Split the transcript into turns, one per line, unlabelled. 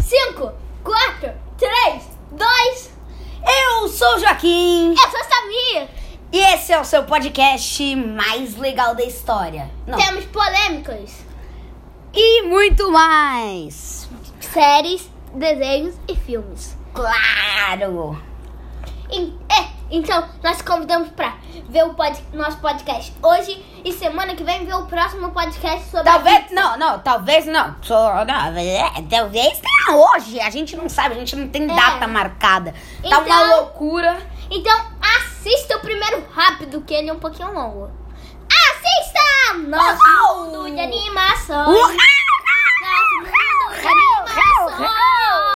5, 4, 3, 2.
Eu sou o Joaquim
Eu sou a Samir.
e esse é o seu podcast mais legal da história. Não.
Temos polêmicas,
E muito mais.
séries, desenhos e filmes.
Claro.
E- é, então, nós convidamos pra ver o pod- nosso podcast hoje e semana que vem ver o próximo podcast sobre. a
Talvez não, não, talvez não. Só- não, é, Talvez tenha hoje. A gente não sabe, a gente não tem
É.
data marcada. Tá uma
Então-
loucura.
Então assista o primeiro rápido, que ele é um pouquinho longo. Assista nosso
Uau!
então, mundo de animação.
Uhul!
Nosso mundo de animação.